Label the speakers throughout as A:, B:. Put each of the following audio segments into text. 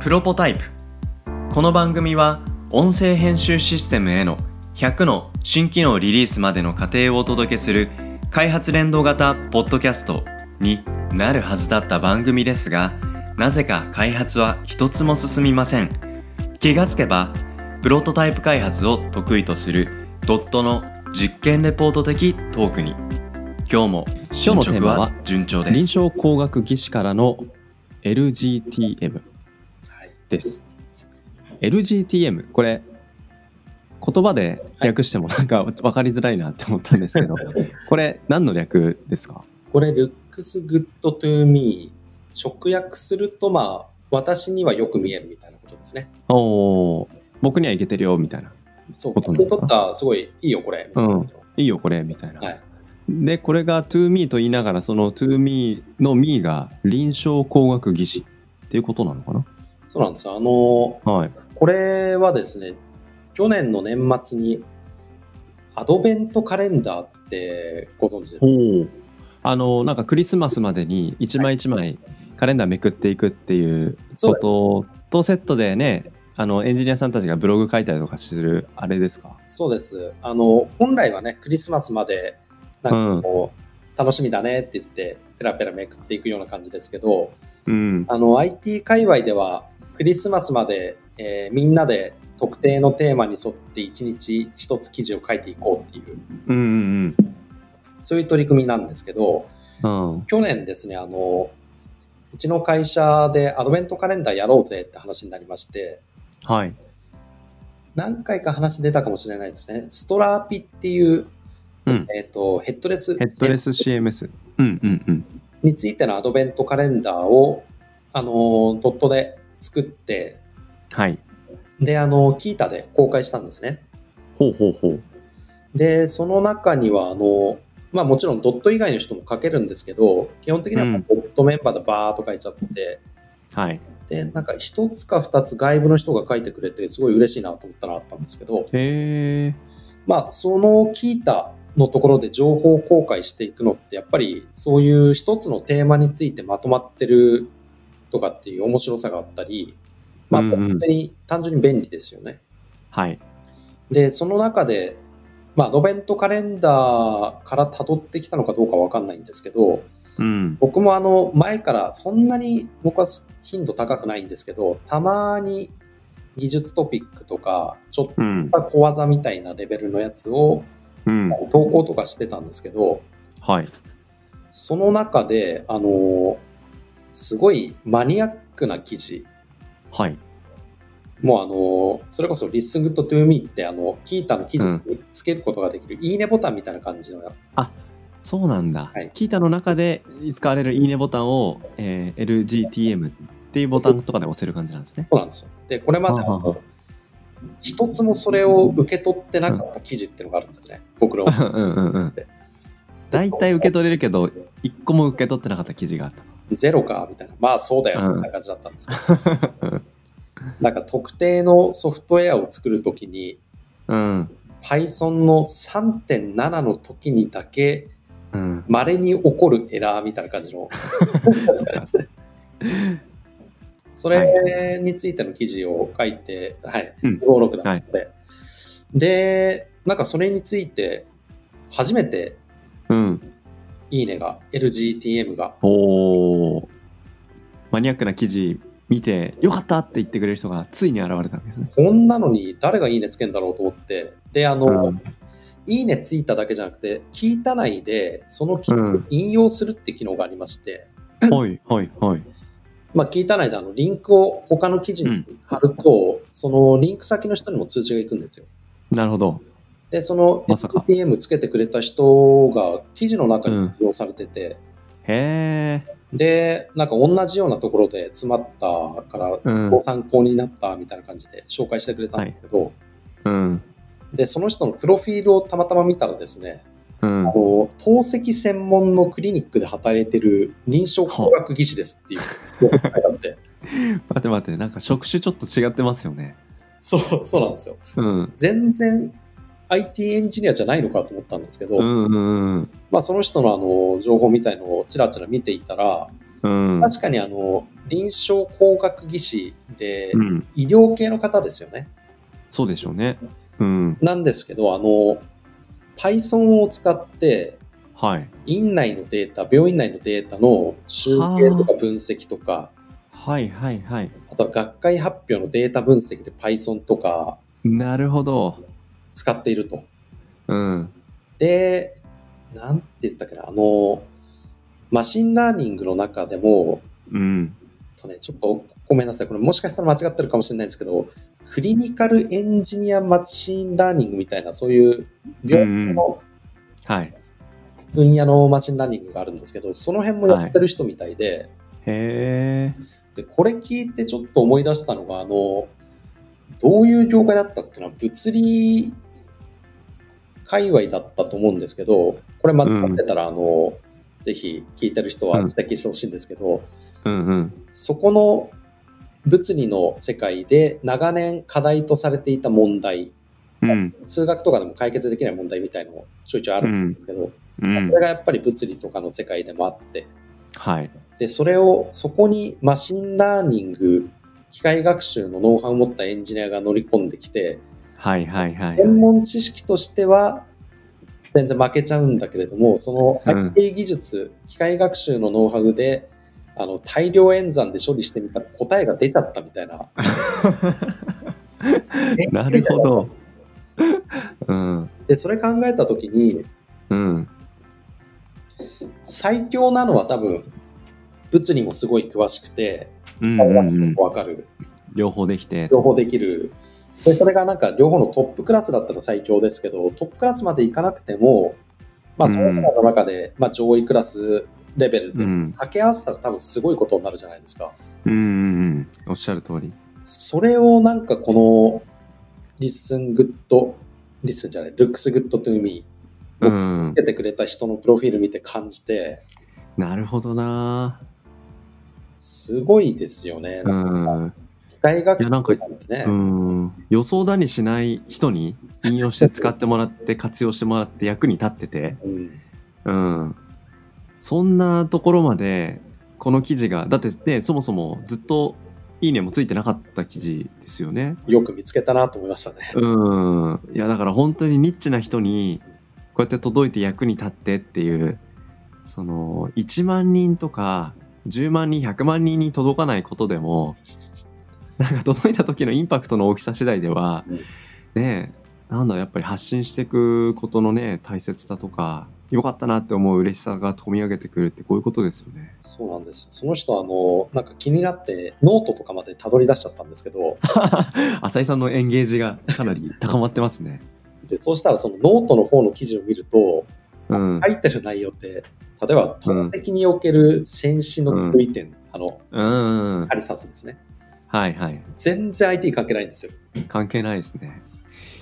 A: プロポタイプこの番組は音声編集システムへの100の新機能リリースまでの過程をお届けする開発連動型ポッドキャストになるはずだった番組ですがなぜか開発は一つも進みません気がつけばプロトタイプ開発を得意とするドットの実験レポート的トークに今日も進
B: 今日のテー
A: 捗
B: マは
A: は順調で
B: 臨
A: す
B: 床工学技師からの LGTM です。LGTM、これ、言葉で略してもなんか分かりづらいなって思ったんですけ ど、これ何の略ですか
C: これ、ルックスグッドトゥーミー。直訳すると、まあ、私にはよく見えるみたいなことですね。
B: おー僕にはいけてるよみたいな。
C: そう、
B: ほと
C: 僕
B: んど
C: にとったらすごいいいよ、これ。
B: うん
C: みたい
B: いいよこれみたいな。
C: なはい。
B: で、これが to me と言いながら、その to me の me が臨床工学技師っていうことなのかな
C: そうなんですよ。あの、
B: はい。
C: これはですね、去年の年末に、アドベントカレンダーってご存知ですか
B: おあのなんかクリスマスまでに一枚一枚カレンダーめくっていくっていう
C: そう
B: こ
C: です
B: ととセットでねあのエンジニアさんたちがブログ書いたりとかするあれですか
C: そうです。あの、本来はね、クリスマスまで、なんかこう、楽しみだねって言って、ペラペラめくっていくような感じですけど、
B: うん
C: あの IT 界隈ではクリスマスまで、えーみんなで特定のテーマに沿って1日1つ記事を書いていこうっていう
B: うんうん
C: そういう取り組みなんですけど
B: うんうん
C: 去年ですねあのうちの会社でアドベントカレンダーやろうぜって話になりまして
B: はい
C: 何回か話出たかもしれないですねストラーピっていう、
B: うん
C: えー、とヘッドレス
B: ヘッドレス CMS うんうんうん
C: についてのアドベントカレンダーをあのドットで作って
B: はい
C: であのキータで公開したんですね
B: ほうほうほう
C: で、その中には、あの、まあもちろんドット以外の人も書けるんですけど、基本的には
B: うん
C: ドットメンバーでバーっと書いちゃって、
B: はい
C: で、なんか一つか二つ外部の人が書いてくれて、すごい嬉しいなと思ったのあったんですけど、
B: へえ
C: まあその聞いたのところで情報公開していくのって、やっぱりそういう一つのテーマについてまとまってるとかっていう面白さがあったり、まあ
B: うんうん
C: 本当に単純に便利ですよね。
B: はい
C: で、その中で、まあ、アドベントカレンダーから辿ってきたのかどうかわかんないんですけど、
B: うん
C: 僕もあの、前からそんなに僕は頻度高くないんですけど、たまに技術トピックとか、ちょっと
B: うん
C: した小技みたいなレベルのやつを
B: うん
C: 投稿とかしてたんですけど、
B: はい
C: その中で、あの、すごいマニアックな記事、
B: はい
C: もうあの、それこそ Listen to Me ってあの、キータの記事につけることができる、いいねボタンみたいな感じの
B: そうなんだ、
C: はい
B: キータの中で使われるいいねボタンを、えー LGTM っていうボタンとかで押せる感じなんですね
C: そうなんですよ。で、これまで
B: はあはあは
C: は一つもそれを受け取ってなかった記事っていうのがあるんですね、僕の。
B: うんうんうんうん大体受け取れるけど一個も受け取ってなかった記事があっ
C: ゼロかみたいな、まあそうだよ
B: うん
C: みたいな感じだったんですけど、
B: た
C: なんか特定のソフトウェアを作るときに、
B: うん、
C: Python の3.7の時にだけ、
B: うん、
C: 稀に起こるエラーみたいな感じの、それについての記事を書いて、はい、
B: うん
C: 登録だったので、で、なんかそれについて、初めて
B: うん
C: いいねが、LGTM が
B: おーマニアックな記事見てよかったって言ってくれる人がついに現れたんですね
C: こんなのに誰がいいねつけんだろうと思って、で、あの、
B: うん
C: いいねついただけじゃなくて、聞いた内で、その機能
B: うん
C: を引用するって機能がありまして、
B: はいはいはい
C: まあ、聞いた内であのリンクを他の記事に貼ると、そのリンク先の人にも通知がいくんですよ。
B: なるほど
C: で、その
B: まさか
C: HTM つけてくれた人が記事の中
B: う
C: に
B: ん
C: 利用されてて、
B: へえ
C: で、なんか同じようなところで詰まったから、
B: うん
C: ご参考になったみたいな感じで紹介してくれたんですけど、
B: うん
C: で、その人のプロフィールをたまたま見たらですね、
B: うん
C: こう透析専門のクリニックで働いてる臨床工学技師ですっていうのが書いてあって、
B: 待って待ってなんか職種ちょっと違ってますよね
C: そう、そうなんですよ。
B: うん
C: 全然 IT エンジニアじゃないのかと思ったんですけど、
B: うんうんうん
C: まあその人のあの情報みたいのをちらちら見ていたら、
B: うん。
C: 確かにあの臨床工学技師で、
B: うん。
C: 医療系の方ですよね。
B: そうでしょうね。うん。
C: なんですけど、あの Python を使って、
B: はい。
C: 院内のデータ、病院内のデータの集計とか分析とか、
B: はいはいはい。
C: あとは学会発表のデータ分析で Python とか
B: なるほど。
C: 使っていると。
B: うん。
C: で、なんて言ったっけな、あの、マシンラーニングの中でも、
B: うん。
C: とね、ちょっとごめんなさい、これもしかしたら間違ってるかもしれないんですけど、クリニカルエンジニアマシンラーニングみたいな、そういう病院の
B: はい。
C: 分野のマシンラーニングがあるんですけど、その辺もやってる人みたいで、
B: へえ。
C: で、これ聞いてちょっと思い出したのが、あの、どういう業界だったっけな、物理界隈だったと思うんですけど、これ間違ってたら、あの、ぜひ聞いてる人は
B: うん
C: 指摘してほしいんですけど、
B: うんうん。
C: そこの物理の世界で長年課題とされていた問題、
B: うん。
C: 数学とかでも解決できない問題みたいのもちょいちょいあるんですけど、
B: うん
C: こ。れがやっぱり物理とかの世界でもあって、
B: はい。
C: で、それを、そこにマシンラーニング、機械学習のノウハウを持ったエンジニアが乗り込んできて、
B: はいはいはい。
C: 専門知識としては全然負けちゃうんだけれども、その
B: うん
C: 背景技術、機械学習のノウハウで、あの大量演算で処理してみたら答えが出ちゃったみたいな。え
B: なるほど。うん。
C: で、それ考えたときに、
B: うん。
C: 最強なのは多分、物理もすごい詳しくて、
B: うん
C: 機械
B: う
C: 学
B: ん
C: 習
B: うん
C: も。わかる。
B: 両方できて。
C: 両方できる。で、それがなんか両方のトップクラスだったら最強ですけど、トップクラスまでいかなくても、まあ、
B: うん
C: その中の中で、まあ、上位クラスレベル
B: う
C: で
B: ん。
C: 掛け合わせたら多分すごいことになるじゃないですか。
B: うんうんうん。おっしゃる通り。
C: それをなんかこの、リスングッド、リスンじゃない、ルックスグッドトゥーミ
B: う
C: ー
B: ん
C: つ。けてくれた人のプロフィール見て感じて、
B: なるほどな。
C: すごいですよね。
B: うん。
C: 機械学習
B: いやなんか
C: なんてね
B: う。ん予想だにしない人に引用して使ってもらって活用してもらって役に立ってて、
C: うん
B: うん、そんなところまでこの記事がだってねそもそもずっと「いいね」もついてなかった記事ですよね。
C: よく見つけたなと思いましたね。
B: うん、いやだから本当にニッチな人にこうやって届いて役に立ってっていうその1万人とか10万人100万人に届かないことでもなんか届いた時のインパクトの大きさ次第では
C: うん
B: ねえなんだやっぱり発信していくことのね大切さとか良かったなって思う嬉しさが込み上げてくるってこういうことですよね。
C: そうなんですよ。その人、あの、なんか気になって、ノートとかまでたどり出しちゃったんですけど、
B: 浅井さんのエンゲージがかなり高まってますね。
C: で、そうしたらそのノートの方の記事を見ると、
B: うん、
C: 書いてる内容って、例えば、透析における先進の注意点、あの、
B: うん、
C: カリサスですね。
B: はいはい。
C: 全然 IT 関係ないんですよ。
B: 関係ないですね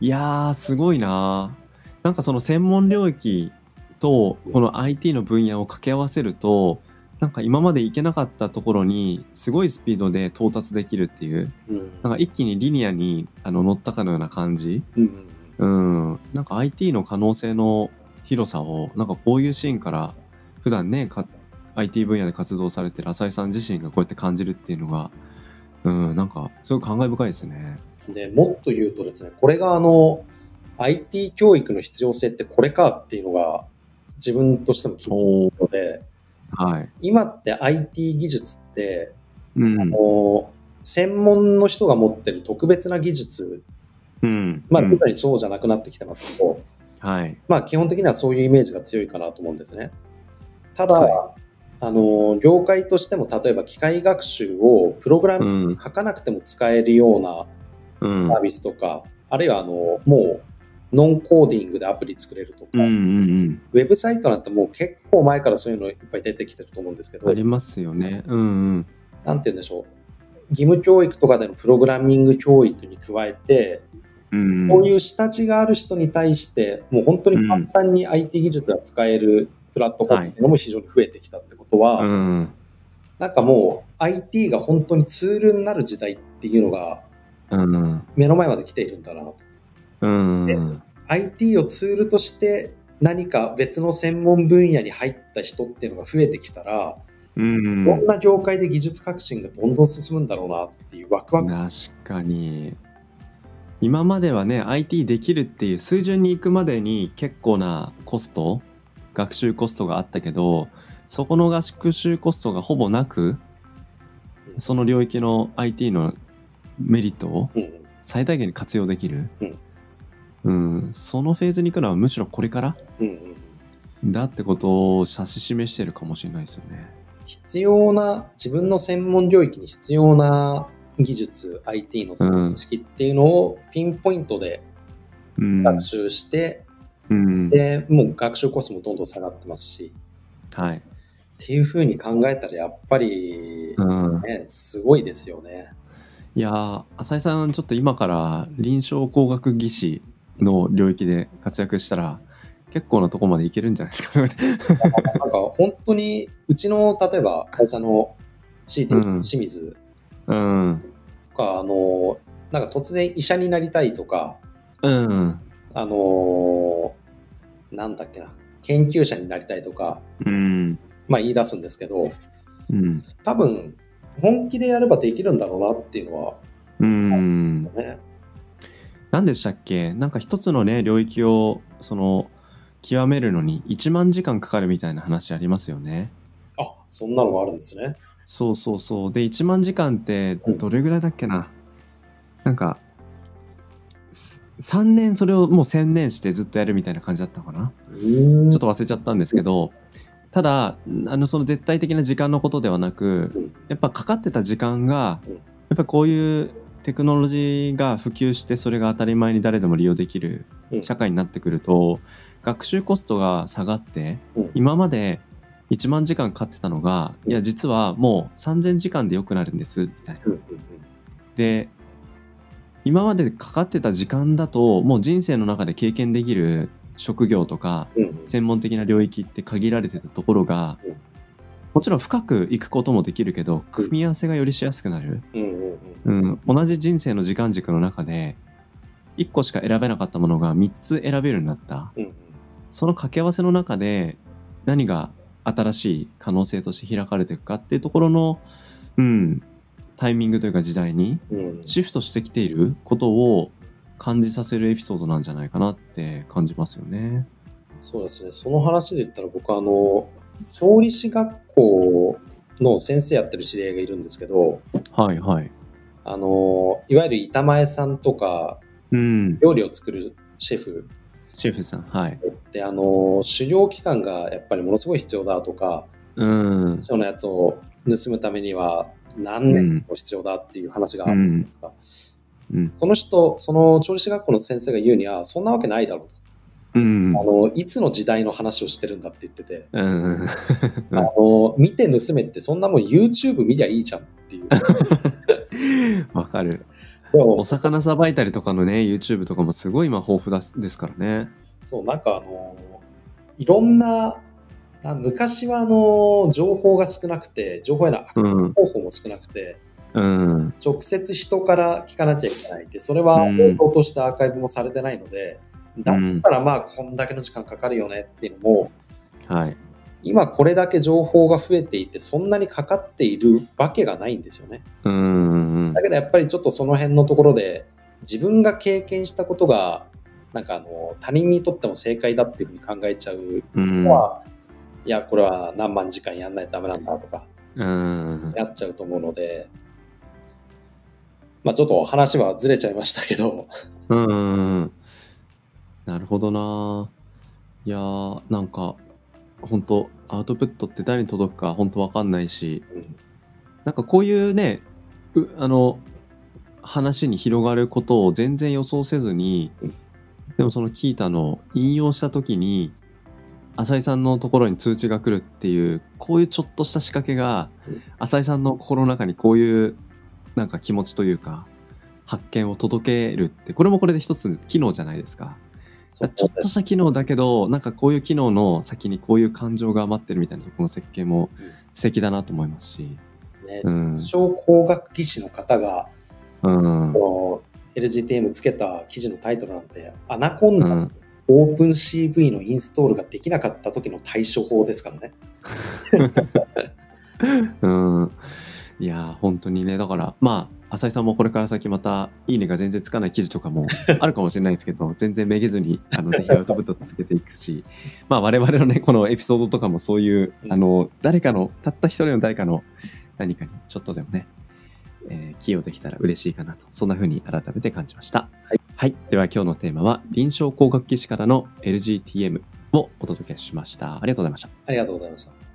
B: いやーすごいなーなんかその専門領域とこの IT の分野を掛け合わせるとなんか今まで行けなかったところにすごいスピードで到達できるっていう
C: うん。
B: なんか一気にリニアにあの乗ったかのような感じ
C: うん
B: うんなんか IT の可能性の広さをなんかこういうシーンから普段ねか IT 分野で活動されてる浅井さん自身がこうやって感じるっていうのがうんなんかすごく感慨深いですね。
C: で、もっと言うとですね、これがあの、IT 教育の必要性ってこれかっていうのが、自分としても聞いて
B: お
C: るので、
B: はい。
C: 今って IT 技術って、
B: うん。
C: もう専門の人が持ってる特別な技術、
B: うん。
C: まあ、
B: うん
C: 特にそうじゃなくなってきてますけど、
B: はい。
C: まあ、基本的にはそういうイメージが強いかなと思うんですね。ただ、
B: は
C: あの、業界としても、例えば機械学習をプログラ
B: う
C: ム
B: ん。
C: 書かなくても使えるような
B: うん。
C: サービスとか、あるいはあの、もう、ノンコーディングでアプリ作れるとか、
B: うん。うん。
C: ウェブサイトなんてもう結構前からそういうのいっぱい出てきてると思うんですけ
B: うん。
C: ど、
B: ありますよね。うん。
C: なんて言うんでしょう。義務教育とかでのプログラミング教育に加えて、
B: うん。
C: こう
B: うん。
C: いう下地がある人に対して、もう本当に簡単に IT 技術が使えるプラットフォームっていうのも非常に増えてきたってことは、
B: うん。
C: なんかもう IT が本当にツールになる時代っていうのが
B: うん。
C: 目の前まで来ているんだなと。
B: うん。
C: IT をツールとして何か別の専門分野に入った人っていうのが増えてきたら、
B: うん
C: こんな業界で技術革新がどんどん進むんだろうなっていうワクワク
B: 確かに今まではね IT できるっていう水準に行くまでに結構なコスト学習コストがあったけどそこの学習コストがほぼなくその領域の IT のメリットを
C: うんうん
B: 最大限に活用できる、
C: うん
B: うんそのフェーズに行くのはむしろこれから
C: うんうん
B: だってことを指し示してるかもしれないですよね。
C: 必要な自分の専門領域に必要な技術 IT の知識っていうのをピンポイントで
B: うん
C: 学習して、
B: うん、
C: でもう学習コストもどんどん下がってますし
B: はい、
C: っていうふうに考えたらやっぱり、
B: うん、
C: ね、すごいですよね。
B: いやー浅井さんちょっと今から臨床工学技師の領域で活躍したら結構なとこまでいけるんじゃないですか
C: なんか本当にうちの例えば会社の CT
B: うん
C: 清水
B: うん
C: とか、あのなんか突然医者になりたいとか
B: うん
C: あのなんだっけな研究者になりたいとか、
B: うん
C: まあ、言い出すんですけど
B: うん
C: 多分本気でやればできるんだろうなっていうのは
B: うん
C: ね、
B: 何でしたっけなんか一つのね領域をその極めるのに1万時間かかるみたいな話ありますよね
C: あそんなのがあるんですね。
B: そうそうそうで1万時間ってどれぐらいだっけな、なんか3年それをもう専念してずっとやるみたいな感じだったのかな
C: ち
B: ちょっと忘れちゃったんですけど、ただ、あのその絶対的な時間のことではなく、やっぱかかってた時間が
C: うん、
B: やっぱこういうテクノロジーが普及して、それが当たり前に誰でも利用できる
C: うん
B: 社会になってくると、学習コストが下がって
C: うん、
B: 今まで1万時間かかってたのが、
C: うん
B: いや、実はもう3000時間で良くなるんです、みたいな。
C: うんうん
B: で今までかかってた時間だともう人生の中で経験できる職業とか
C: うんうん
B: 専門的な領域って限られてたところが
C: うん
B: もちろん深くいくこともできるけど組み合わせがよりしやすくなる、
C: うんうんうん
B: うん、同じ人生の時間軸の中で1個しか選べなかったものが3つ選べるようになった
C: うんうん
B: その掛け合わせの中で何が新しい可能性として開かれていくかっていうところの、うん、タイミングというか時代に
C: うん
B: シフトしてきていることを感じさせるエピソードなんじゃないかなって感じますよね。
C: そうですね、その話で言ったら、僕あの、調理師学校の先生やってる知り合いがいるんですけど、
B: はいはい。
C: あのいわゆる板前さんとか、
B: うん。
C: 料理を作るシェフ
B: シェフさん、はい。
C: って、あの修行期間がやっぱりものすごい必要だとか、
B: うん。
C: 師匠のやつを盗むためには何年も必要だっていう話があるんですか、
B: うん。
C: その人、その調理師学校の先生が言うには、そんなわけないだろうと。
B: うん
C: あ。のいつの時代の話をしてるんだって言ってて、
B: うん。
C: あの見て盗めってそんなもん YouTube 見りゃいいじゃんっ ていう。
B: わかる。
C: で
B: お
C: も
B: 魚さばいたりとかのね、YouTube とかもすごい今豊富だすですからね。
C: そうなんかあのいろんなあ昔はあの情報が少なくて情報へのアクセス方法も少なくて、
B: うん。
C: 直接人から聞かなきゃいけないでそれは
B: うん
C: 報道としてアーカイブもされてないので、だったらまあこんだけの時間かかるよねっていうのも
B: はい。
C: 今これだけ情報が増えていてそんなにかかっているわけがないんですよね。
B: うん。
C: だけどやっぱりちょっとその辺のところで自分が経験したことがなんかあの他人にとっても正解だっていうふうに考えちゃう
B: うん
C: の。は、いやこれは何万時間やんないとダメなんだとか
B: うん。
C: やっちゃうと思うので、まあ、ちょっと話はずれちゃいましたけど、
B: うんうんうん。なるほどな。いやー、なんか、本当アウトプットって誰に届くか本当わかんないし、
C: うん
B: なんかこういうね、うあの、話に広がることを全然予想せずに
C: うん、
B: でもそのキータの引用した時に、浅井さんのところに通知が来るっていう、こういうちょっとした仕掛けが
C: うん、
B: 浅井さんの心の中にこういう、なんか気持ちというか、発見を届けるって、これもこれで一つ機能じゃないですか。ちょっとした機能だけど、なんかこういう機能の先にこういう感情が待ってるみたいなところの設計も
C: うん
B: 素敵だなと思いますし。
C: ね
B: うん。
C: 小工学技師の方が
B: うん。
C: この LGTM つけた記事のタイトルなんて「アナコンダ
B: う
C: の
B: ん
C: オープン CV のインストールができなかった時の対処法ですからね。
B: うんいやー本当にねだからまあ浅井さんもこれから先また「いいね」が全然つかない記事とか もあるかもしれないですけど全然めげずにあのぜひアウトプット続けていくし まあ我々のねこのエピソードとかもそういう
C: うん
B: あの誰かのたった一人の誰かの何かにちょっとでもね、えー寄与できたら嬉しいかなとそんな風に改めて感じました。はい、では今日のテーマは「臨床工学技士からの LGTM」をお届けしました。ありがとうございました。
C: ありがとうございました。